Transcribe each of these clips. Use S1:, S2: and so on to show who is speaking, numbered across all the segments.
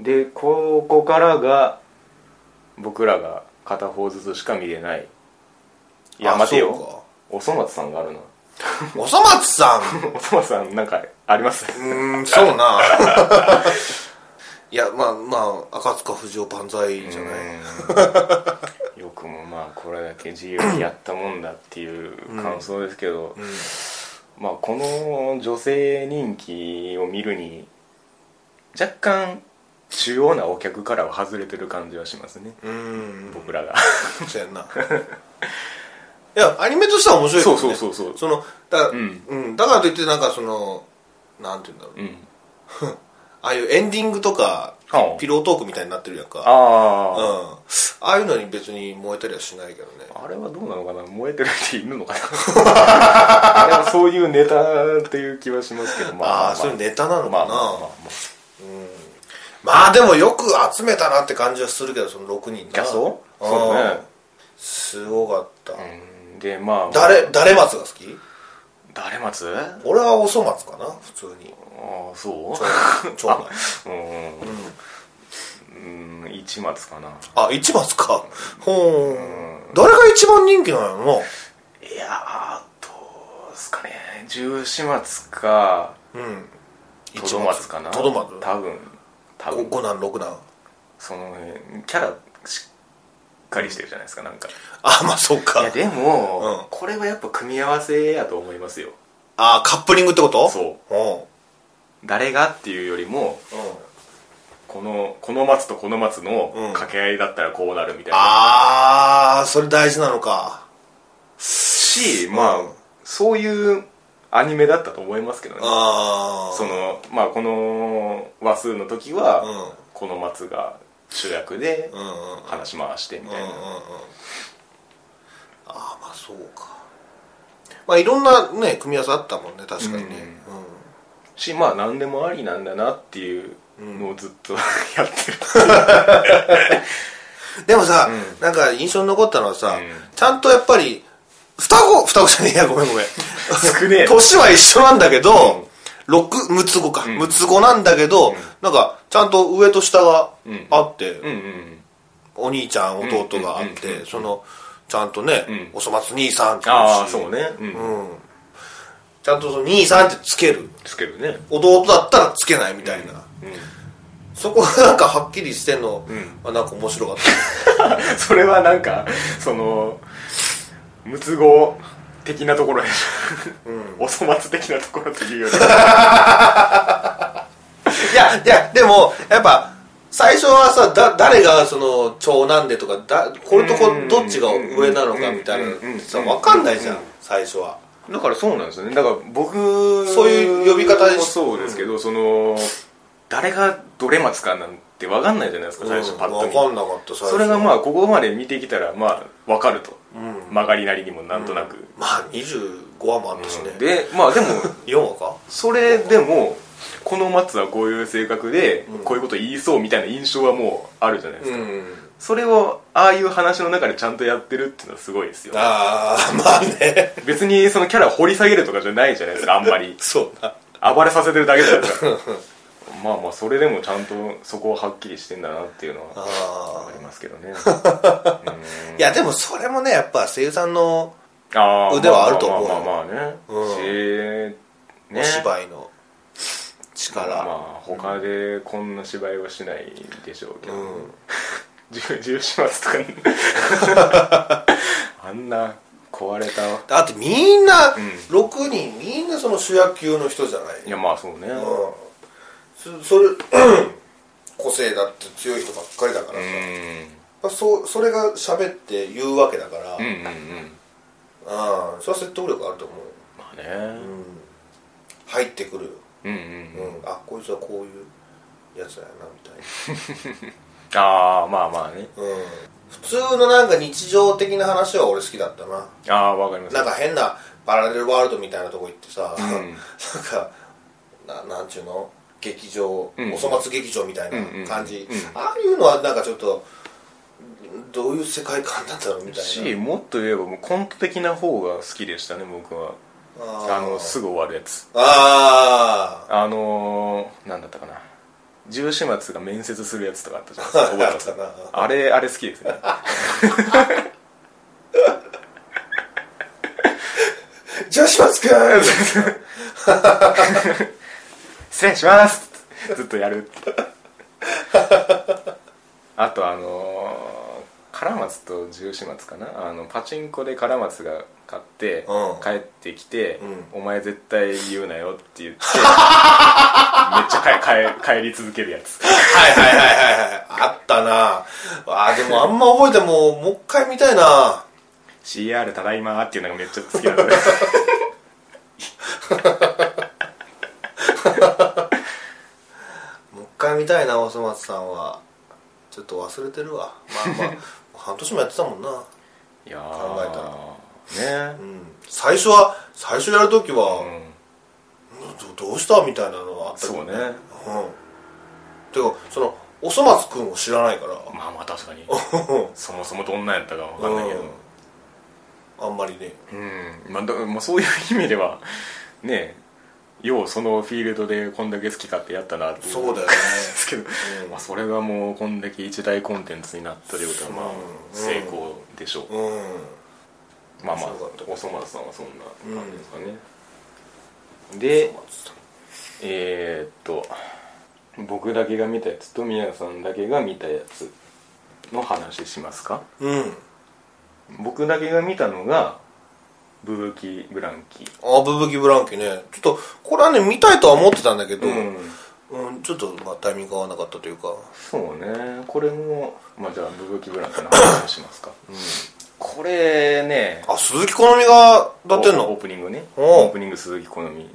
S1: でここからが僕らが片方ずつしか見れないいや
S2: あ
S1: 待て
S2: そう
S1: よ
S2: か
S1: おそ松さんがあるな
S2: おそ松さん
S1: おそ松さんなんかあります
S2: うーんそうな いやまあまあ赤塚不二夫万歳 じゃ
S1: う
S2: ない、
S1: んよくもまあこれだけ自由にやったもんだっていう感想ですけど、まあこの女性人気を見るに若干主要なお客からは外れてる感じはしますね
S2: うーん
S1: 僕らが
S2: そうやんないやアニメとしては面白いけどね
S1: そうそうそうそう
S2: そのだ,、う
S1: うんん
S2: だからといってなんかそのなんて言うんだろう、
S1: うん
S2: ああいうエンディングとか
S1: あ
S2: ピロートークみたいになってるやんかうん、
S1: あ
S2: ああいうのに別に燃えたりはしないけどね
S1: あれはどうなのかな燃えてるっているのかなあれはそういうネタっていう気はしますけどまあ
S2: あ
S1: ま
S2: あそういうネタなのか
S1: まあ
S2: な、まあ
S1: まあまあまあ
S2: でもよく集めたなって感じはするけどその6人
S1: いや
S2: が
S1: そうそうだね
S2: すごかった、
S1: うんでまあ
S2: 誰誰松が好き
S1: 誰松あ
S2: 俺はおそ松かな普通 に
S1: あそう
S2: 長男
S1: うん、うん、一松かな
S2: あ一松かほう誰が一番人気なの
S1: いやーどうすかね十四松か
S2: なうん
S1: とど松かな
S2: とど松
S1: 多分多
S2: 五
S1: 分
S2: 五男六男
S1: その辺キャラしっかりしてるじゃないですかなんか
S2: あまあそうか
S1: いやでも、
S2: うん
S1: これはやっぱ組み合わせやと思いますよ
S2: あカップリングってこと
S1: そう
S2: うん
S1: 誰がっていうよりも
S2: うん
S1: このこの松とこの松の
S2: うん
S1: 掛け合いだったらこうなるみたいな、
S2: ああそれ大事なのか
S1: しまあ、
S2: うん
S1: そういうアニメだったと思いますけどね
S2: ああ
S1: そのまあこの話数の時は、
S2: うん
S1: この松が主役で
S2: うんうん
S1: 話し回してみたいな、
S2: うんうんうんああまあそうかまあいろんなね組み合わせあったもんね確かにね
S1: しまあ何でもありなんだなっていうのをずっと やってる、
S2: うんでもさ、
S1: うん
S2: なんか印象に残ったのはさ、
S1: うん
S2: ちゃんとやっぱり双子双子じゃねえやごめんごめん
S1: 少ねえ
S2: 年は一緒なんだけど、六6つ子か、
S1: ん
S2: 六つ子なんだけど、なんかちゃんと上と下が
S1: うん
S2: あって、
S1: うんうん
S2: お兄ちゃん弟があって、
S1: うんうんうんうん
S2: そのちゃんとね、
S1: うん
S2: おそ松兄さんって言
S1: ああ
S2: し
S1: そうねうん、
S2: うんちゃんとその兄さんってつける
S1: つけるね
S2: 弟だったらつけないみたいな、そこがなんかはっきりしてんの、あなんか面白かった
S1: それはなんかそのムツゴ的なところや、お粗末的なところというより
S2: いやいやでもやっぱ最初はさだ誰がその長男でとかだこれとこ
S1: うん
S2: どっちが上なのかみたいなのってさ
S1: うん
S2: 分かんないじゃん最初は
S1: だからそうなんですよねだから僕
S2: そういう呼び方でし
S1: もそうですけど、その誰がどれ松かなんて分かんないじゃないですか最初パッと
S2: 分
S1: 見、
S2: かんなかった最初
S1: それがま
S2: あ
S1: あここまで見てきたらまあ分かると、曲がりなりにもなんとなく、
S2: まあ25話もあったしね、
S1: でまあでも
S2: 4話か
S1: それでもこの松はこういう性格で、こういうこと言いそうみたいな印象はもうあるじゃないですか、
S2: ん
S1: それをああいう話の中でちゃんとやってるっていうのはすごいですよ
S2: ああまあね
S1: 別にそのキャラを掘り下げるとかじゃないじゃないですかあんまり
S2: そうな
S1: 暴れさせてるだけじゃないです かまあまあそれでもちゃんとそこをはっきりしてんだなっていうのは
S2: あ
S1: ありますけ どね
S2: ーいやでもそれもねやっぱ声優さんの
S1: あー
S2: 腕はあると思う
S1: まあまあまあまあね、
S2: うん
S1: しね
S2: お芝居の力、
S1: まあ他でこんな芝居はしないでしょうけど、
S2: うん
S1: 重重始末とか ねあんな壊れた
S2: だってみんな、
S1: ん
S2: 6人みんなその主役級の人じゃない
S1: いやまあそうね、
S2: うん、そそれ 個性だって強い人ばっかりだからさ、まあそうそれが喋って言うわけだから、
S1: うんうんうんうん
S2: ああそれは説得力あると思うよ、
S1: まあね
S2: うん、入ってくるよ、
S1: うん
S2: う
S1: うんうん
S2: んあこいつはこういうやつだよなみたいな
S1: ああまあまあね
S2: うん普通のなんか日常的な話は俺好きだったな
S1: ああわかります
S2: なんか変なパラレルワールドみたいなとこ行ってさ、
S1: ん
S2: なんかななんちゅうの劇場、
S1: うん
S2: おそ松劇場みたいな感じ、
S1: うんうんうん
S2: ああいうのはなんかちょっとどういう世界観なんだろうみたい
S1: し
S2: な
S1: もっと言えばもうコント的な方が好きでしたね僕は
S2: あ
S1: あ
S2: ー
S1: のすぐ終わるやつ
S2: あ
S1: あのー、なんだったかな重始末が面接するやつとかあったじゃん
S2: あ
S1: 覚
S2: っ
S1: えて
S2: た
S1: ま
S2: な
S1: す あれあれ好きですね
S2: 女子松くん
S1: 失礼しますずっとやるあとあのー、唐松と重始末かなあのパチンコで唐松が買って、
S2: うん
S1: 帰ってきて、
S2: う
S1: お前絶対言うなよ」って言ってめっちゃ帰帰帰り続けるやつ
S2: はいはいはいはいはい。あったなあーでもあんま覚えても、もう一回見たいな
S1: CR ただいまーっていうのがめっちゃ好きなんだよ
S2: もう一回見たいな、おそ松さんは。ちょっと忘れてるわ。まあま あ、半年もやってたもんな。
S1: いや
S2: 考
S1: えたらね
S2: うん。最初は、最初やるとき
S1: う
S2: は、
S1: ん、
S2: どどうしたみたいなのはあったけど
S1: そうね
S2: うん。てか、その、おそ松くんを知らな いから、
S1: まあまあ確かにそもそもどんなんやったかわかんないけど
S2: あんまりね。
S1: うん、まあど まあ、そういう意味ではねえようそのフィールドでこんだけ好き勝手やったなってい
S2: そうだ
S1: で
S2: よね。
S1: すけど、
S2: うん
S1: まあ、それがもうこんだけ一大コンテンツになったということはまあ
S2: うん
S1: 成功でしょう、
S2: うん。
S1: まあまあ
S2: そうだった
S1: おそ松さんはそんな感じですかね、で
S2: おそ松さん
S1: えー、っと僕だけが見たやつと宮さんだけが見たやつの話しますか
S2: うん。
S1: 僕だけが見たのがブブキ・ブランキ
S2: あブブキブランキねちょっとこれはね見たいとは思ってたんだけど、うんちょっと、まあ、タイミング合わなかったというか
S1: そうねこれもまあじゃあブブキ・ブランキの話をしますか、これね
S2: あ鈴木好みが歌ってん
S1: オー
S2: の
S1: プニングね
S2: おう
S1: オープニング鈴木好み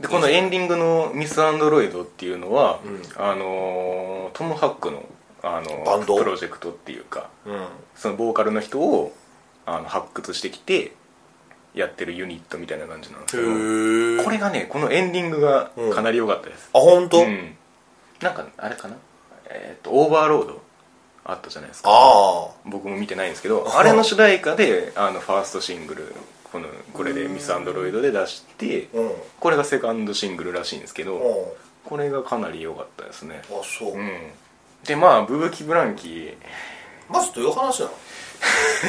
S1: でこのエンディングの「ミス・アンドロイド」っていうのは、
S2: うん
S1: あのートム・ハックの、あのー
S2: バンド
S1: プロジェクトっていうか
S2: うん
S1: そのボーカルの人をあの発掘してきてやってるユニットみたいな感じなんですけど
S2: へえ
S1: これがねこのエンディングがかなり良かったです、
S2: あ本当、
S1: うんなんかあれかなえーっとオーバーロードあったじゃないですか
S2: あ
S1: 僕も見てないんですけどあれの主題歌であのファーストシングルこのこれで「ミス・アンドロイド」で出して
S2: あうんうん
S1: これがセカンドシングルらしいんですけど
S2: あ
S1: これがかなり良かったですね
S2: そう、
S1: うんでまあブブキ・ブランキ
S2: まずどういう話なの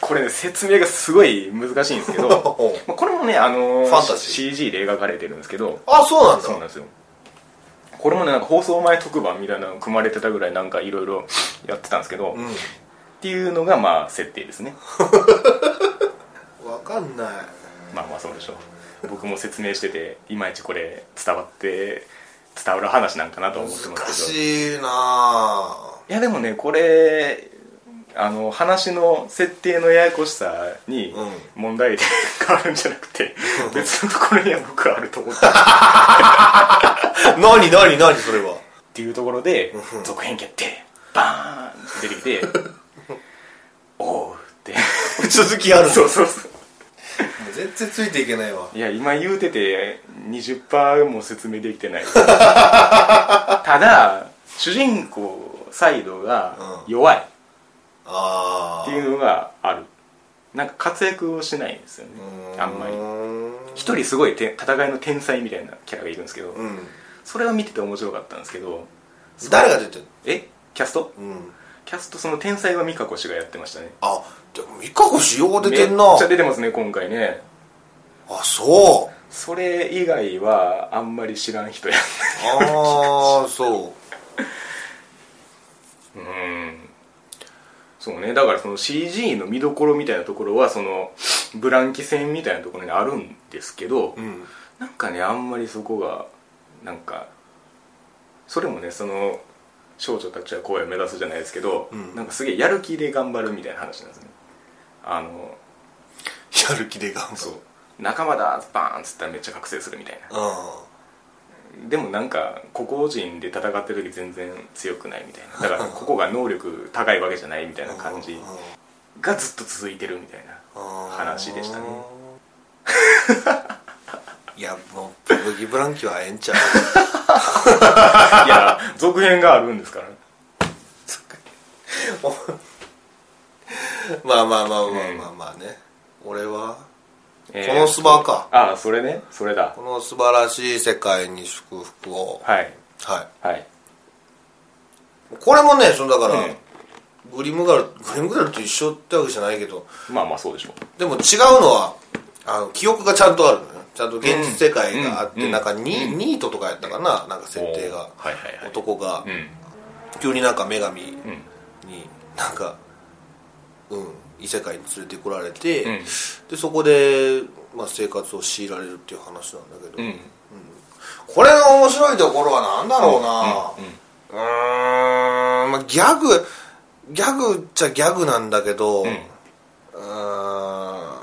S1: これね説明がすごい難しいんですけど まあこれもねあの
S2: ファンタジー
S1: CG で描かれてるんですけど
S2: あそうなんだ
S1: そうなんですよこれもねなんか放送前特番みたいなの組まれてたぐらいなんかいろいろやってたんですけど、っ
S2: う
S1: ていうのがまあ設定ですね
S2: んわかんない
S1: まあまあそうでしょう僕も説明してていまいちこれ伝わって伝わる話なんかなとは思ってま
S2: 難
S1: すけどい
S2: しいなあ
S1: やでもねこれあの話の設定のややこしさに
S2: うん
S1: 問題で変わるんじゃなくて別のところには僕はあると思ったっ
S2: 何何何それは
S1: ていうところで続編決定バーンって出てき ておうって
S2: 続きある
S1: そうそうそう
S2: 全然ついていけないわ
S1: いや今言うてて20%も説明できて ないただ主人公サイドが
S2: うん
S1: 弱いっ
S2: ああ
S1: ていうのがあるなんか活躍をしないんですよねあんまり
S2: う
S1: 一人すごいて戦いの天才みたいなキャラがいるんですけど、
S2: ん
S1: それを見てて面白かったんですけど
S2: 誰が出てる
S1: えキャスト
S2: うん
S1: キャストその天才は美香子氏がやってましたね
S2: あでも美香子しよう出てんな
S1: めっちゃ出てますね今回ね
S2: あそう
S1: それ以外はあんまり知らん人やっ
S2: ああそう
S1: うんそうねだからその CG の見どころみたいなところはそのブランキ戦みたいなところにあるんですけど、
S2: うん
S1: なんかねあんまりそこがなんかそれもねその少女たちは声を目指すじゃないですけど、
S2: うん
S1: なんかすげえやる気で頑張るみたいな話なんですねあの
S2: やる気で頑張
S1: そう
S2: る
S1: 仲間だバーンっつったらめっちゃ覚醒するみたいなでもなんか個々人で戦ってる時全然強くないみたいなだからここが能力高いわけじゃないみたいな感じがずっと続いてるみたい な
S2: うん
S1: 話でしたね
S2: いやもうブギブランキはええんちゃう
S1: いや続編があるんですから
S2: まあまあまあまあまあまあね俺は
S1: えー
S2: このスバか
S1: ああそれねそれだ
S2: この素晴らしい世界に祝福を
S1: はい
S2: は
S1: はい
S2: いこれもねそのだから、
S1: うん
S2: グリムガルグリムガルと一緒ってわけじゃないけど
S1: まあまあそうでしょ
S2: でも違うのはあの記憶がちゃんとあるのよちゃんと現実世界があって、
S1: うん
S2: なんかニ,、ニートとかやったかななんか設定が、
S1: おーはいはいはい
S2: 男が
S1: ううん
S2: 急になんか女神に
S1: うん
S2: なんかうん異世界に連れてこられて、
S1: うん
S2: でそこで、まあ、生活を強いられるっていう話なんだけど、
S1: うん
S2: これの面白いところは何だろうなうーんまあギャグギャグっちゃギャグなんだけど、う
S1: うん
S2: ーん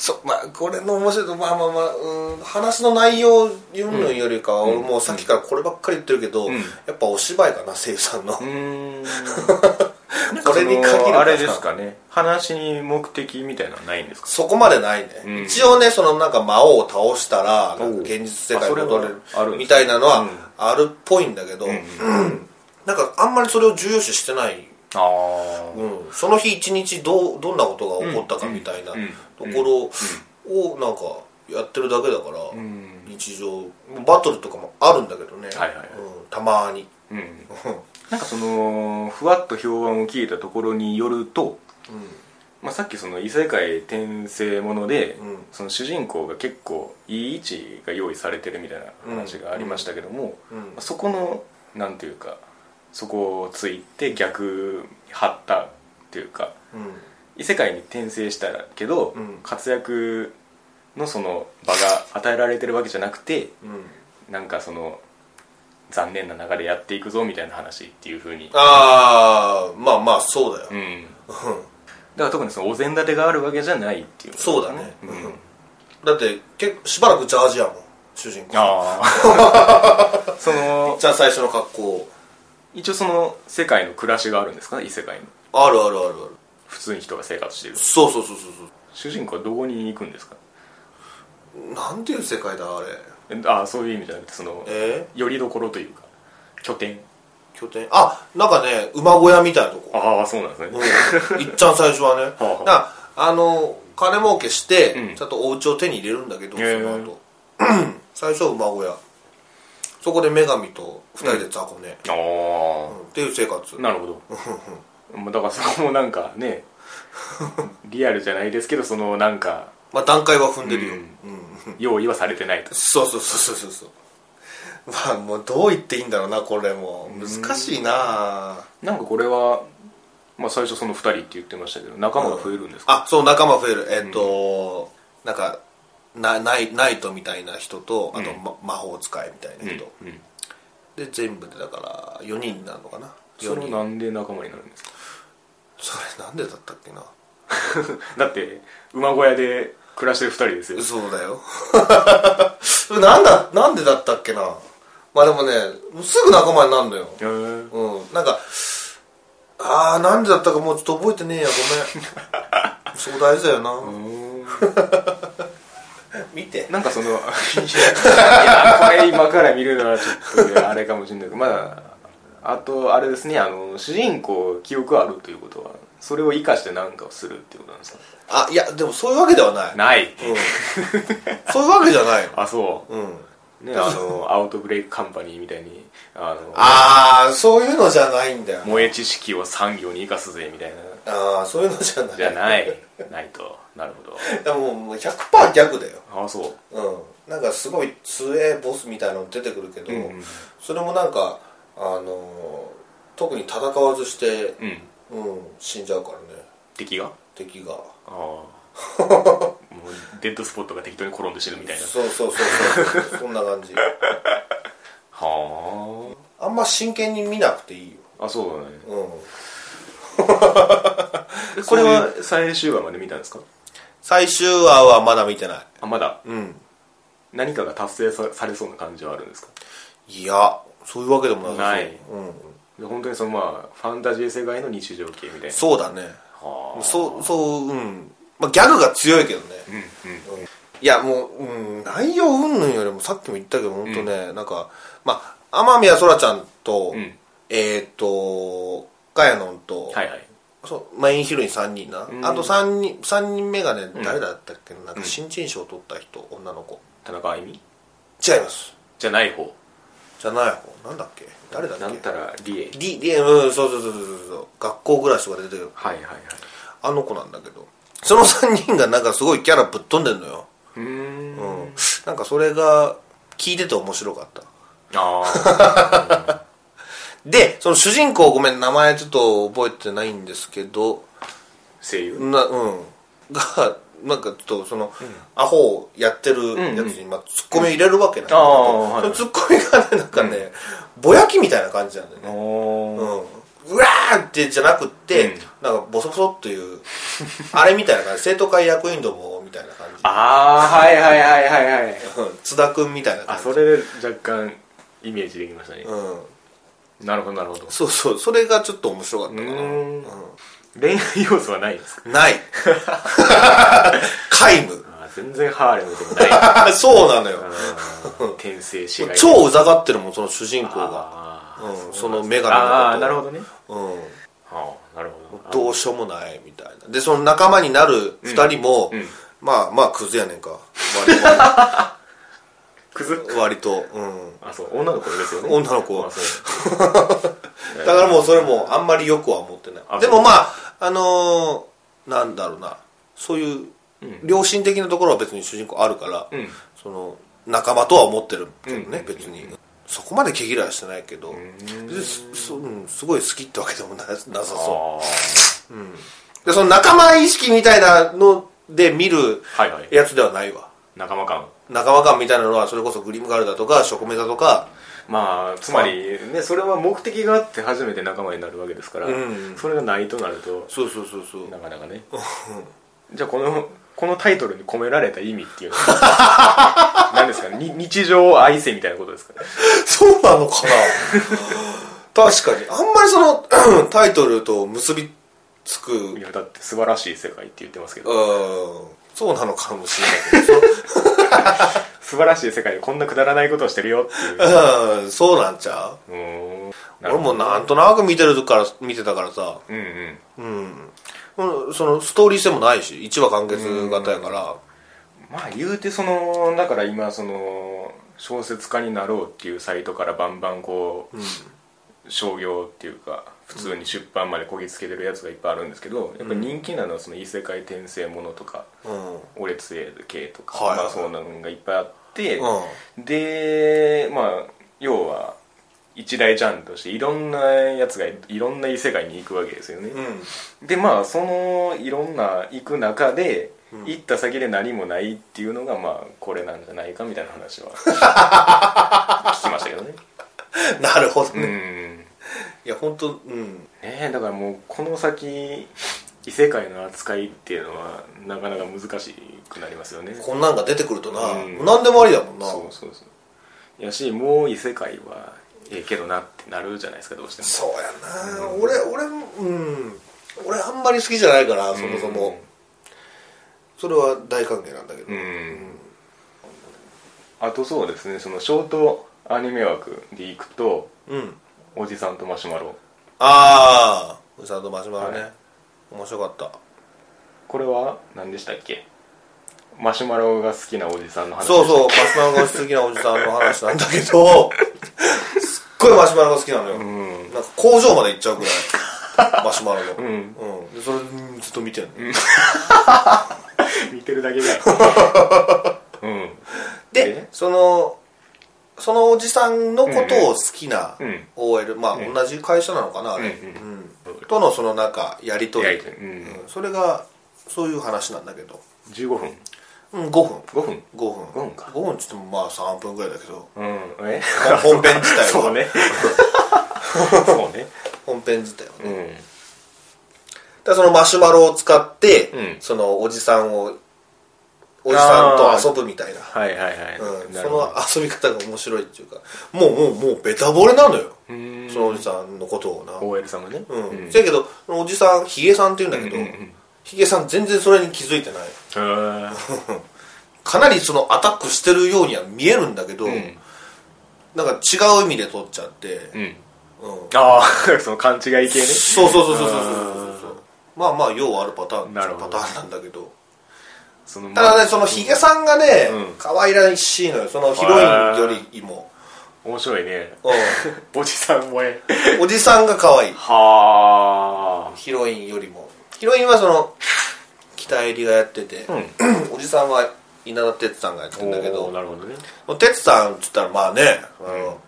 S2: そまあ、これの面白いとまあまあまあ、うん、話の内容読むのよりかは、俺もうさっきからこればっかり言ってるけど、
S1: うん
S2: やっぱお芝居かな声優さんの、
S1: うーん
S2: これに限る
S1: そ
S2: か
S1: の
S2: ら
S1: あれですかね話に目的みたいなのはないんですか
S2: そこまでないね、
S1: うん
S2: 一応ねそのなんか魔王を倒したらなんか現実世界に戻れる
S1: あそれはあるんですね
S2: みたいなの
S1: う
S2: は
S1: ん
S2: あるっぽいんだけど、なんかあんまりそれを重要視してない、
S1: ああ
S2: うん、その日一日どうどんなことが起こったかみたいな
S1: うんうん
S2: ところをなんかやってるだけだから、
S1: ん
S2: 日常バトルとかもあるんだけどね、
S1: はいはいはい
S2: うん、たまに
S1: うんなんかそのふわっと評判を聞いたところによると、まあ、さっきその異世界転生もので、
S2: うん
S1: その主人公が結構いい位置が用意されてるみたいな話がありましたけども、
S2: うんうん
S1: まあそこのなんていうかそこをついて逆張ったっていうか
S2: う
S1: 異世界に転生したけど、
S2: うん
S1: 活躍のその場が与えられてるわけじゃなくて
S2: ん、うん、
S1: なんかその残念な流れやっていくぞみたいな話っていうふうに
S2: ああまあまあそうだよ、
S1: うんだから特にそのお膳立てがあるわけじゃないっていう
S2: そうだね、
S1: うん
S2: うんだって結構しばらくジャージやもん主人公
S1: ああ その
S2: じゃあ最初の格好
S1: 一応その世界の暮らしがあるんですかね異世界の
S2: あるあるあるある
S1: 普通に人が生活してる
S2: そうそうそうそう
S1: 主人公はどこに行くんですか
S2: そうなんていう世界だあれ
S1: えああそういう意味じゃなくてその
S2: え
S1: よりどころというか拠点
S2: 拠点あなんかね馬小屋みたいなとこ
S1: ああそうなんですね
S2: うんいっちゃん最初はね
S1: あ はあ
S2: なあの金儲けして、
S1: うん
S2: ちゃんとお家を手に入れるんだけどそ
S1: へえ
S2: の後 最初は馬小屋そこで女神と二人で雑魚ね、
S1: ああ
S2: うんっていう生活
S1: なるほどまあだからそこもなんかねリアルじゃないですけどそのなんか
S2: まあ段階は踏んでるよ、
S1: うん
S2: うん
S1: 用意はされてないと
S2: そうそうそうそうそうそうまあもうどう言っていいんだろうなこれも難しいな
S1: なんかこれは、まあ、最初その2人って言ってましたけど仲間が増えるんですか、
S2: あそう仲間増えるえっ、と、なんかなナイナイトみたいな人とあと、ま魔法使いみたいな人、
S1: うんうん
S2: で全部でだから4人になるのかな
S1: そ
S2: 4
S1: れ
S2: 人
S1: なんで仲間になるんですか
S2: それなんでだったっけな
S1: だって馬小屋で暮らしてる2人ですよ
S2: そうだよ それなんだなんでだったっけなまあでもねすぐ仲間になるのよ
S1: へー
S2: うん、なんかああなんでだったかもうちょっと覚えてねえ やごめんそこ大事だよな、 見て
S1: なんかその いやこれ今から見るのはちょっとねあれかもしれないけどまああとあれですねあの主人公記憶あるということはそれを生かして何かをするっていうことなんですか
S2: あいやでもそういうわけではない、
S1: ない
S2: うん、そういうわけじゃないよ、
S1: あそう
S2: うん、
S1: ねあ のアウトブレイクカンパニーみたいにあの
S2: ああそういうのじゃないんだよ
S1: 萌え知識を産業に生かすぜみたいな
S2: ああそういうのじゃない
S1: じゃないないとなるほど
S2: いやもうもう100%逆だよ
S1: ああそう
S2: うんなんかすごい強えボスみたいなの出てくるけど、
S1: うんうん
S2: それもなんかあのー特に戦わずして、
S1: うん
S2: うん、死んじゃうからね
S1: 敵が
S2: 敵が
S1: ああも うデッドスポットが適当に転んで死ぬみたいな
S2: そうそうそうそうそんな感 じ
S1: は
S2: あんま真剣に見なくていいよ
S1: ああそうだね
S2: うん
S1: えこれは最終話まで見たんですか
S2: 最終話はまだ見てない
S1: あまだ
S2: うん
S1: 何かが達成さされそうな感じはあるんですか
S2: いやそういうわけでもなさそう
S1: ない
S2: うん、
S1: で本当にそのまあファンタジー世界の日常系みたいな
S2: そうだね
S1: はあ
S2: そうそううん、まあ、ギャグが強いけどね、
S1: うんうん
S2: いやもう、うん、内容云々よりもさっきも言ったけど本当ね、なんかまあ天宮そらちゃんと、
S1: うん
S2: えっ、とかやのんと、
S1: はいはい
S2: そうメインヒロイン3人な、
S1: ん
S2: あと3人三人目がね誰だったっけななんか新人賞を取った人女の子
S1: 田中あゆみ
S2: 違います
S1: じゃない方
S2: じゃない方なんだっけ誰だっけ
S1: なんたら理恵
S2: D, D うんそうそうそうそうそう学校暮らしとか出てる
S1: はいはいはい
S2: あの子なんだけどその3人がなんかすごいキャラぶっ飛んでんのよ、
S1: うーん
S2: うん、なんかそれが聞いてて面白かった
S1: ああ
S2: でその主人公ごめん名前ちょっと覚えてないんですけど
S1: 声優
S2: なうんがなんかちょっとその、アホをやってるやつに、まあ、ツッコミを入れるわけなんだけど、
S1: うんあーはい
S2: そのツッコミがねなんかね、ぼやきみたいな感じなんだよね
S1: おー
S2: うん、うわーってじゃなくって、
S1: うん
S2: なんかボソボソっていうあれみたいな 感じ生徒会役員どもみたいな感じ
S1: ああはいはいはいはいはい
S2: うん津田君みたいな
S1: あ
S2: 感じ
S1: それで若干イメージできましたね、
S2: うん、
S1: なるほどなるほど
S2: そうそうそれがちょっと面白かったかな、
S1: う
S2: うん
S1: ん恋愛要素はないですか
S2: ない 皆無
S1: あー全然ハーレムでもないあ
S2: あそうなのよ
S1: ー転生しがい
S2: 超うざがってるもんその主人公が、
S1: あ
S2: う
S1: ー
S2: ん、その眼鏡のこと
S1: ああなるほどね
S2: うん、
S1: ああなるほど
S2: どうしようもないみたいなでその仲間になる2人も、
S1: うんうん
S2: まあまあクズやねんか割
S1: クズ
S2: と 割とうん
S1: あそう女の子ですよね
S2: 女の子
S1: あそう
S2: だからもうそれもあんまりよくは思ってな
S1: あ
S2: いでもまああのーなんだろうなそういう良心的なところは別に主人公あるから、
S1: うん
S2: その仲間とは思ってるけどね、
S1: うん
S2: 別にそこまで毛嫌いはしてないけど、
S1: ん
S2: 別にすそうんすごい好きってわけでもななさそ
S1: あ
S2: うでその仲間意識みたいなので見る
S1: あはいはい
S2: やつではないわ
S1: 仲間感
S2: 仲間感みたいなのはそれこそグリムガールだとかショコメだとか
S1: まあつまりねそれは目的があって初めて仲間になるわけですから、
S2: うん
S1: それがないとなると
S2: そうそうそうそう
S1: なかなかねじゃあこのこのタイトルに込められた意味っていうの は何ですかに日常を愛せみたいなことですかね
S2: そうなのかな 確かに。あんまりその、 タイトルと結びつく、う
S1: い
S2: ん、
S1: やだって素晴らしい世界って言ってますけど
S2: そうなのかもしれないけど
S1: 素晴らしい世界でこんなくだらないことをしてるよっていう
S2: そうん、そうなんちゃう
S1: う ーんなる
S2: 俺
S1: ほど
S2: もなんとなく見てるから、見てたからさ、
S1: うんうん
S2: うん。うんその、ストーリー性もないし、1話完結型やから、
S1: まあ言うてそのだから今その小説家になろうっていうサイトからバンバンこう、商業っていうか普通に出版までこぎつけてるやつがいっぱいあるんですけど、やっぱ人気なのはその異世界転生ものとか
S2: うん。うん。
S1: オレツエ系とか、
S2: はい
S1: まあ、そうなのがいっぱいあって、でまあ要は一大ジャンルとしていろんなやつがいろんな異世界に行くわけですよね、
S2: うん。
S1: でまあそのいろんな行く中で、行った先で何もないっていうのがまあこれなんじゃないかみたいな話は聞きましたけ どね
S2: なるほど
S1: う
S2: ね。い
S1: ん
S2: や、本当うん。
S1: ねえだからもうこの先異世界の扱いっていうのはなかなか難しくなりますよね
S2: こんなんが出てくるとな、
S1: うん
S2: 何でもありだもんな。
S1: そうそうそうやしもう異世界はええけどなってなるじゃないですかどうしても
S2: そうやな、俺俺もうん俺あんまり好きじゃないからそもそも、それは大歓迎なんだけど、
S1: うん、あとそうですねそのショートアニメ枠でいくと
S2: うん
S1: 「おじさんとマシュマロ
S2: ああうさんとマシュマロね、
S1: はい
S2: 面白かった」
S1: これは何でしたっけマシュマロが好きなおじさんの話
S2: そうそうマシュマロが好きなおじさんの話なんだけ どすっごいマシュマロが好きなのよ、
S1: ん
S2: なんか工場まで行っちゃうぐ らいマシュマロの、うんでそれうんずっと見てるの、
S1: 見てるだけ じゃんうん
S2: でそのそのおじさんのことを好きな
S1: うんうん
S2: OL、まあ、
S1: うん
S2: 同じ会社なのかなあ
S1: う
S2: れ、
S1: んう
S2: うんとのそのなんかやり取
S1: や
S2: り
S1: り取りうん
S2: うんそれがそういう話なんだけど、
S1: 15分
S2: うん、5分
S1: 5分
S2: 5分
S1: 五分か
S2: 5分っつってもまあ3分ぐらいだ けど
S1: うんえ
S2: 本編自体は
S1: そう ねそうね
S2: 本編自体はね、
S1: う
S2: だか
S1: ん
S2: らそのマシュマロを使って、
S1: うん
S2: そのおじさんをおじさんと遊ぶみたいな
S1: はいはいはい、
S2: うん、
S1: な
S2: そ
S1: るほ
S2: の
S1: ど
S2: 遊び方が面白いっていうかもうもうもうベタ惚れなのよ
S1: うーん
S2: そのおじさんのことをな
S1: OL さんがね
S2: うん、
S1: へ
S2: せやけどそのおじさんヒゲさんっていうんだけど、
S1: うんうんうん
S2: ヒゲさん全然それに気づいてない
S1: ー
S2: かなりそのアタックしてるようには見えるんだけど、
S1: うん
S2: なんか違う意味で取っちゃって、
S1: うん
S2: うん
S1: ああ その勘違い系ね
S2: そうそうそうそうそうそうそうまあまあようあるパターン
S1: なるほ
S2: パ
S1: ど
S2: ターンなんだけど
S1: その
S2: ただねそのヒゲさんがね、
S1: うん
S2: 可愛らしいのよそのヒロインよりも、
S1: 面白い ね
S2: う
S1: おじさん萌え
S2: ん、おじさんが可愛い
S1: は
S2: ヒロインよりもヒロインはその北襟がやってて、
S1: あ
S2: おじさんは稲田哲さんがやってんだけ
S1: おー
S2: ど
S1: なるほどね
S2: 哲さんっつったらまあねあの、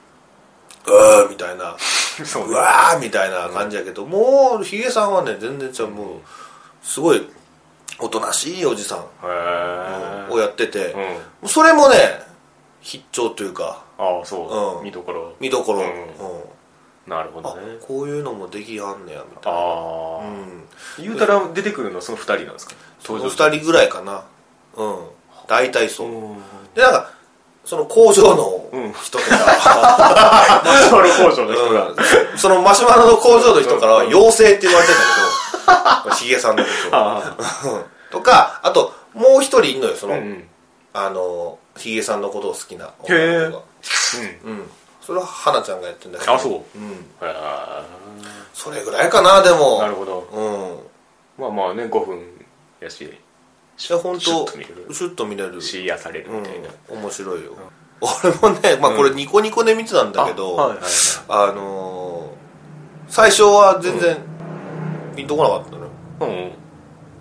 S2: うーみたいな
S1: そううね
S2: わーみたいな感じやけど、もうヒゲさんはね全然ちゃうもうすごいおとなしいおじさん
S1: へえ
S2: をやってて
S1: う、ん
S2: それもね必聴というか
S1: ああそう、
S2: うん
S1: 見どころ
S2: 見どころ、
S1: うん
S2: うん
S1: なるほど
S2: あ
S1: ね
S2: こういうのもできはんねやみたい
S1: ああ、
S2: な、うん、
S1: 言うたら出てくるのはその2人なんですか
S2: その
S1: 登場
S2: 2人ぐらいかなうん大体そう、
S1: うん
S2: でなんかその工場の
S1: うん
S2: 人とか、
S1: マシュマロ工場の人が、
S2: うんそのマシュマロの工場の人からは妖精って言われてんだけど ヒゲさんのこと
S1: ああ
S2: とかあともう一人いんのよその、
S1: うんうん
S2: あのヒゲさんのことを好きな女の子がうんそれは花ちゃんがやってんだけど、
S1: あそう
S2: ん、
S1: へえ
S2: それぐらいかなでも
S1: なるほど
S2: うん
S1: まあまあね5分やし
S2: いや本当
S1: シュッと見れる
S2: シュッと見れる
S1: し癒されるみたいな、
S2: うん、面白いよ、俺もね、まあ、これニコニコで見てたんだけど、
S1: あはいはい
S2: あのー最初は全然ピンとこなかったのよ
S1: はい、うん、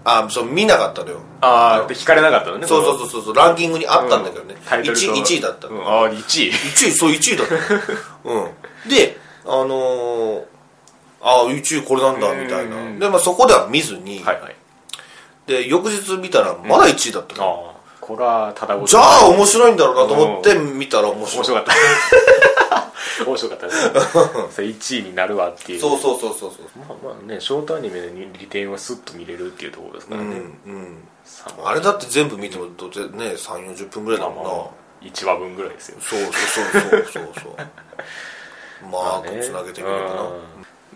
S2: あそう見なかったのよ
S1: ああで聞かれなかったのね
S2: そうそうそうそうランキングにあったんだけどね、
S1: タイトルと
S2: 1, 位だった、
S1: う
S2: の
S1: ん、ああ1位
S2: 1位そう1位だっ たのうんであのーああ1位これなんだみたいな、
S1: うん
S2: で、まあ、そこでは見ずに、
S1: はいはい
S2: で翌日見たらまだ1位だったの、
S1: ああこれはただごと
S2: じゃあ面白いんだろうなと思って見たら面白
S1: 面
S2: い
S1: 白かった面白かった です それ1位になるわっていう
S2: そうそうそうそうそう
S1: まあまあねショートアニメで利点はスッと見れるっていうところですから
S2: う
S1: ね、
S2: んうん
S1: さ
S2: あれだって全部見てもどうせね3四4 0分ぐらい
S1: ま
S2: だ
S1: あ
S2: も
S1: ま
S2: んな、
S1: あ1話分ぐらいですよ
S2: そうそうそうそうそうそうまあこうつなげてみるかな、
S1: うん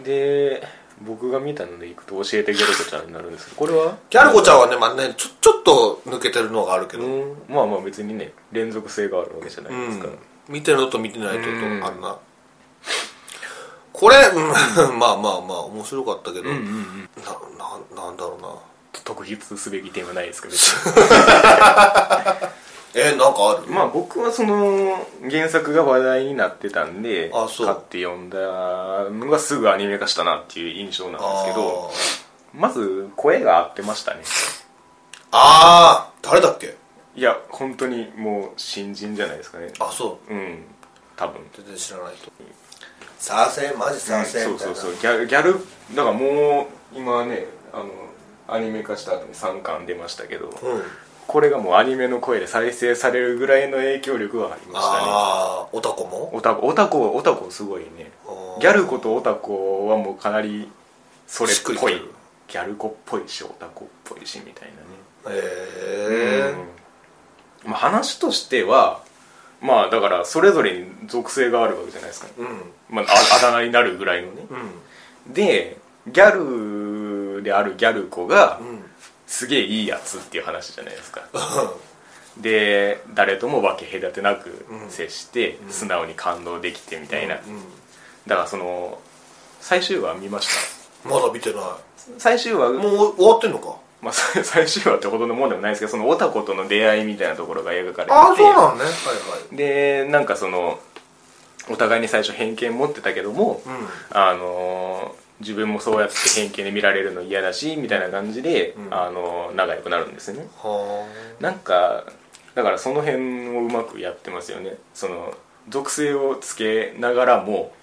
S1: で僕が見たのでいくと教えてギャル子ちゃんになるんですけどこれは
S2: ギャル子ちゃんはね,、まあ、ねちょちょっと抜けてるのがあるけど、
S1: うんまあまあ別にね連続性があるわけじゃな
S2: う
S1: いですから、
S2: ん、見てるのと見てないのと
S1: うん
S2: あるな、これ、うん、 まあまあまあ面白かったけど、
S1: うんうんうん
S2: なななんだろうな
S1: 特筆すべき点はないです けど
S2: えなんかある、
S1: まあ僕はその原作が話題になってたんで
S2: あそう
S1: 買って読んだのがすぐアニメ化したなっていう印象なんですけどまず声が合ってましたね
S2: あーあー誰だっけ
S1: いや本当にもう新人じゃないですかね
S2: あそう
S1: うん多分
S2: 全然知らない人賛成マジ賛成
S1: そう
S2: みたい
S1: そ
S2: な
S1: うそうギャルギャルだからもう今ねあのアニメ化した後に3巻出ましたけど、
S2: うん
S1: これがもうアニメの声で再生されるぐらいの影響力はありましたね
S2: ああ、おたこも
S1: オタコオタコオタコすごいね
S2: あー
S1: ギャル子とオタコはもうかなりそれっ
S2: しっく
S1: ぽ
S2: り
S1: い
S2: きてる
S1: ギャル子っぽいしオタコっぽいしみたいなね
S2: へえ、
S1: うんまあ、話としてはまあだからそれぞれに属性があるわけじゃないですか、
S2: うん、うん、
S1: まあ、ああだ名になるぐらいのねでギャルであるギャル子が
S2: うん、
S1: すげえいいやつっていう話じゃないですかで誰とも分け隔てなく
S2: うん
S1: 接して
S2: ん
S1: 素直に感動できてみたいな、
S2: うん、
S1: だからその最終話見まし
S2: まだ見てな
S1: た最終話
S2: い。もう終わってんのか。
S1: まあ、最 最終話ってほどのもんでもないですけどそのオタコとの出会いみたいなところが描かれてて
S2: ああ、そうなんね。は
S1: でなんかそのお互いに最初偏見持ってたけども、
S2: いはい。うん、
S1: あのー自分もそうやって偏見で見られるの嫌だしみたいな感じで、
S2: うん
S1: あのー仲良くなるんですよね
S2: は
S1: なんかだからその辺をうまくやってますよねその属性をつけながらも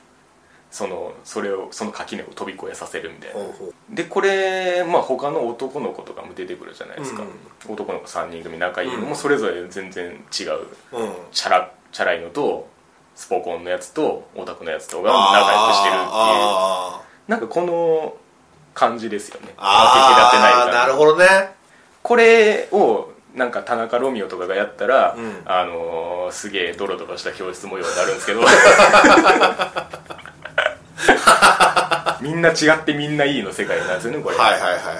S1: そのそれをその垣根を飛び越えさせるみたい
S2: あ。ほ
S1: な
S2: うほう
S1: でこれ、まあ、他の男の子とかも出てくるじゃないですか、
S2: う
S1: 男の子3人組仲いいの
S2: うん
S1: もそれぞれ全然違う、
S2: うん。
S1: チャラチャラいのとスポコンのやつとオタクのやつとが仲良くしてるっていう
S2: あ
S1: なんかこの感じですよね
S2: あ。ああ、なる
S1: ど
S2: ほどね。
S1: これをなんか田中ロミオとかがやったら、
S2: うん
S1: あのー、すげえドロドロした教室模様になるんです けどみんな違ってみんないいの世界なんですよねこれ、
S2: はいはいはいはいはい。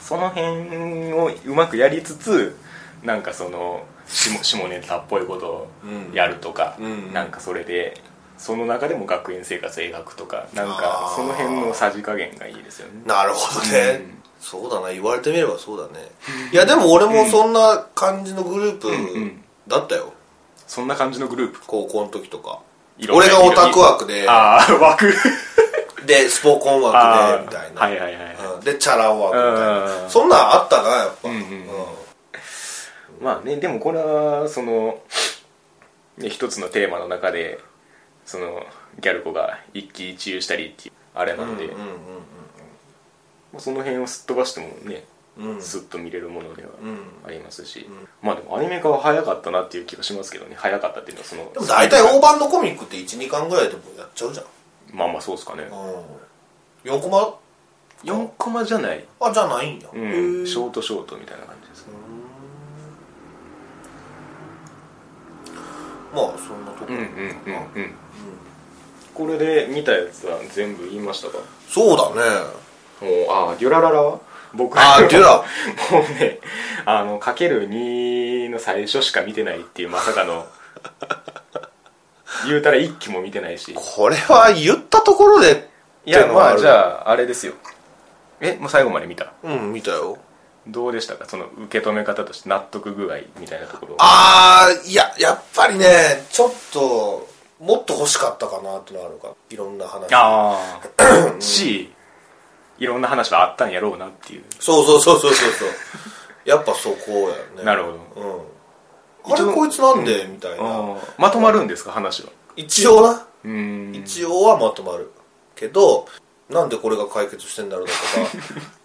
S1: その辺をうまくやりつつなんかその下下ネタっぽいことをやるとか、
S2: うん
S1: なんかそれでその中でも学園生活を描くとかなん
S2: あ
S1: か
S2: ー
S1: その辺のさじ加減がいいですよね
S2: なるほどね。
S1: うん
S2: そうだな言われてみればそうだねいやでも俺もそんな感じのグループ
S1: んうん
S2: だったよ
S1: そんな感じのグループ
S2: 高校の時とか
S1: いろんな
S2: 俺がオタク枠で
S1: ああ枠
S2: でスポコン枠でみたいな、
S1: はいはいはい、は
S2: うんでチャラ男枠みたい
S1: うん
S2: なそんなんあったなやっぱ、
S1: うんうんうん
S2: うん
S1: い、まあねでもこれはその、ね、一つのテーマの中でそのギャル子が一喜一憂したりっていうあれなんで、
S2: うん
S1: まあその辺をすっ飛ばしてもね
S2: うんうんうん
S1: すっと見れるものでは
S2: うん
S1: ありますし、
S2: ん
S1: まあでもアニメ化は早かったなっていう気がしますけどね早かったっていうのはその
S2: でも大体大判のコミックって12巻ぐらいでもうやっちゃうじゃん、
S1: まあまあそうですかね
S2: うん、4コマ
S1: 4コマじゃない、
S2: あじゃないんや、
S1: うん
S2: へー
S1: ショートショートみたいな感じですね
S2: まあそんなとこ、
S1: うんうんうんうんこれで見たやつは全部言いましたか
S2: そうだね
S1: もうああデュラララは僕
S2: あ ーデュラ
S1: もうねあのかける2の最初しか見てないっていうまさかの言うたら1期も見てないし
S2: これは言ったところでって
S1: いや
S2: のは
S1: まあ
S2: る
S1: じゃああれですよえもう最後まで見た
S2: うん見たよ
S1: どうでしたかその受け止め方として納得具合みたいなところ
S2: ああいややっぱりねちょっともっと欲しかったかなってのあるからいろんな話
S1: ああしいろんな話はあったんやろうなっていう
S2: そうそうそうそうそうそう やっぱそこやね
S1: なるほ
S2: ほうん、あ
S1: 一応
S2: れこいつなんで、みたいな
S1: あーまとまるんですか話は
S2: 一応な
S1: うーん
S2: 一応はまとまるけどなんでこれが解決してんだろうだ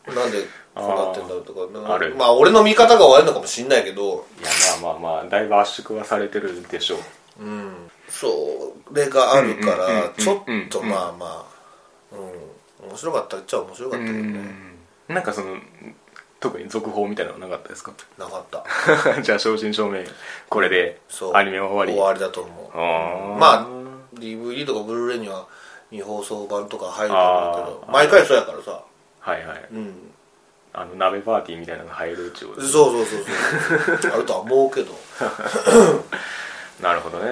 S2: とか なんでこうなってんだろうとかなんか
S1: ある
S2: まあ俺の見方が悪いのかもしんないけど
S1: いやまあまあまあだいぶ圧縮はされてるでしょう
S2: それがあるか
S1: うんうん
S2: ら
S1: うん
S2: ちょっと
S1: うん
S2: まあまあうん面白かったっちゃ面白かったけどね
S1: なんかその特に続報みたいなのなかったですか
S2: なかった
S1: じゃあ正真正銘これで
S2: そう
S1: アニメは終わり
S2: だと思う
S1: あー
S2: まあ DVD とかブルーレイには未放送版とか入ると思うけ
S1: あー
S2: ど毎回そうやからさ
S1: はいはい
S2: うん
S1: あの鍋パーティーみたいなのが入るうちを
S2: そうそうそうそうあるとは思うけど
S1: なるほどね、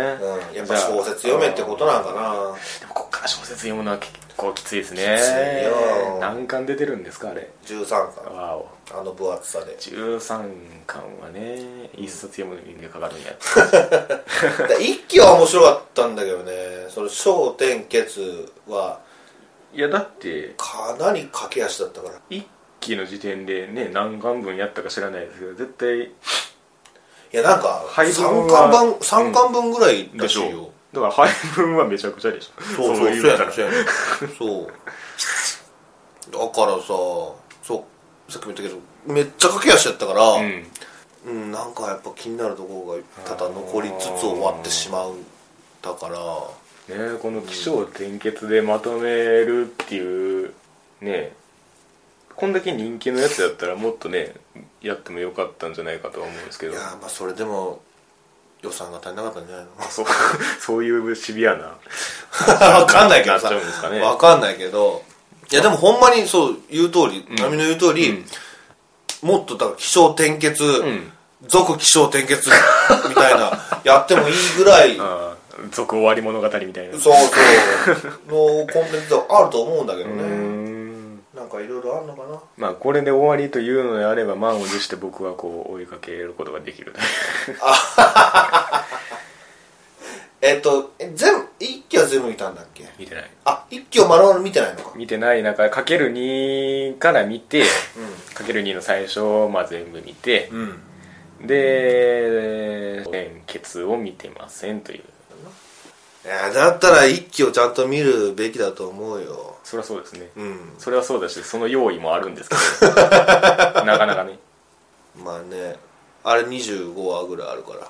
S2: うんやっぱ小説読めってことなんか
S1: じゃああ
S2: な
S1: ーでもこっから小説読むのは結構きついですね
S2: きついよ
S1: 何巻出てるんですかあれ
S2: 13巻
S1: わお
S2: あの分厚さで
S1: 13巻はね一冊読むのにかかるんや
S2: で一期は面白かったんだけどねその『焦点結』はい
S1: やだって
S2: かなり駆け足だったから
S1: 一期の時点でね何巻分やったか知らないですけど絶対
S2: いやなんか
S1: 配分
S2: 3
S1: は
S2: 巻分三巻分ぐらいら
S1: でし
S2: しい
S1: ょ
S2: よ、
S1: だから配分はめちゃくちゃでしょ
S2: そうそう
S1: 言
S2: そうや
S1: た
S2: ね
S1: ら
S2: んそうやねんそうだからさそうさっきも言ったけどめっちゃ駆け足やったから、うん
S1: うん
S2: なんかやっぱ気になるところがただ残りつつ終わってしまうだか
S1: ね
S2: ら
S1: えこの起承転結でまとめるっていうねえこんだけ人気のやつだったらもっとねやってもよかったんじゃないかとは思うんですけ
S2: い
S1: ど
S2: やまあそれでも予算が足りなかったん じゃないの
S1: そうそういうシビアな
S2: わかんないけどさ
S1: なっちゃうんですかね
S2: わかんないけどいやでもほんまにそう言う通り、波の言う通り、もっとだから気象転結、
S1: ん
S2: 俗気象転結 みたいなやってもいいぐらい、
S1: あー続終わり物語みたいな
S2: そうそうのコンテンツがあると思うんだけどね、
S1: うーん
S2: なんかいろいろあるのかな
S1: まあこれで終わりというのであれば満を持して僕はこう追いかけることができる
S2: えっ、とえ全部一期は全部見たんだっけ
S1: 見てない
S2: あ一期を丸々見てないのか
S1: 見てない中かける2から見て
S2: う
S1: かける2の最初をまあ全部見て
S2: んうん
S1: で連結を見てませんという
S2: いやだったら一期をちゃんと見るべきだと思うよ
S1: それはそうですね
S2: うん
S1: それはそうだしその用意もあるんですけどなかなかね
S2: まあねあれ25話ぐらいあるから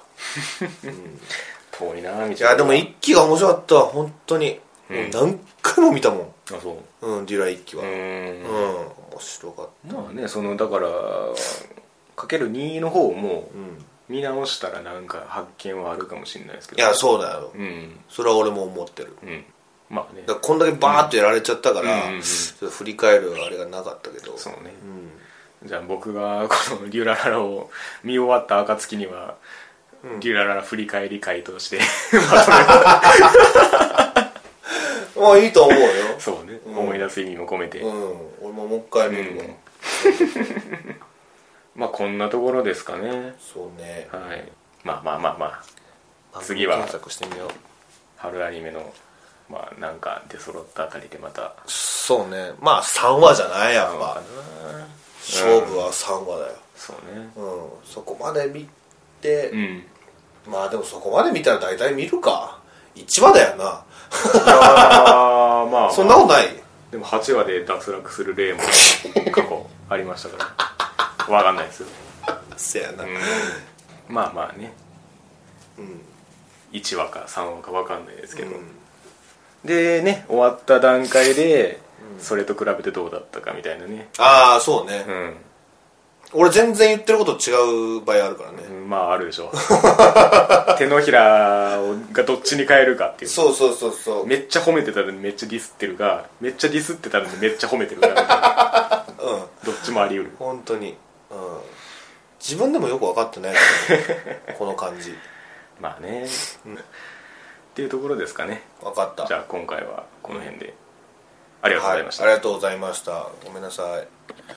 S1: 遠いなみ
S2: い
S1: たいな
S2: やでも一期が面白かったわ本当に、もう何回も見たもん
S1: あそう
S2: うんデュラ一期は
S1: う
S2: うん、
S1: ーん
S2: 面白かっ
S1: まあねそのだからかける2の方も
S2: たうん
S1: 見直したらなんか発見はあるかもしれないですけ
S2: い
S1: ど
S2: やそうだよ、
S1: うん
S2: それは俺も思ってる
S1: うんまあね
S2: だからこんだけバーッとやられちゃったから、
S1: うんうんうん
S2: ちょっと振り返るあれがなかったけど
S1: そうね
S2: うん
S1: じゃあ僕がこの「リュラララ」を見終わった暁には「リュラララ」振り返り会として まとめた
S2: まあいいと思うよ
S1: そうね、
S2: ん
S1: 思い出す意味も込めて、
S2: うん俺ももう一回見るわ、
S1: うんまあこんなところですかね
S2: そうね
S1: はいまあまあまあまあ次は
S2: 検索してみよう
S1: は春アニメのまあなんか出揃ったあたりでまた
S2: そうねまあ3話じゃないやん
S1: か
S2: か
S1: な
S2: 勝負は3話だよ
S1: そうね
S2: うんそこまで見て、
S1: うん
S2: まあでもそこまで見たら大体見るか1話だよな
S1: あーまあ
S2: そんなことない
S1: でも8話で脱落する 例も過去ありましたからわかんないですよ、
S2: せやな、
S1: うん、まあまあね、う1話か3話かわかんないですけど、でね終わった段階でそれと比べてどうだったかみたいなね
S2: ああそうね、
S1: うん
S2: 俺全然言ってること違う場合あるからね、
S1: まああるでしょ 手のひらをがどっちに変えるかっていう
S2: そうそうそうそう
S1: めっちゃ褒めてたのにめっちゃディスってるがめっちゃディスってたのにめっちゃ褒めてる から
S2: うん
S1: どっちもあり得る
S2: 本当にうん自分でもよく分かってないか ら、ね、この感じ
S1: まあね、っていうところですかね
S2: 分かった
S1: じゃあ今回はこの辺で、ありがとうございました、
S2: はい、ありがとうございましたごめんなさい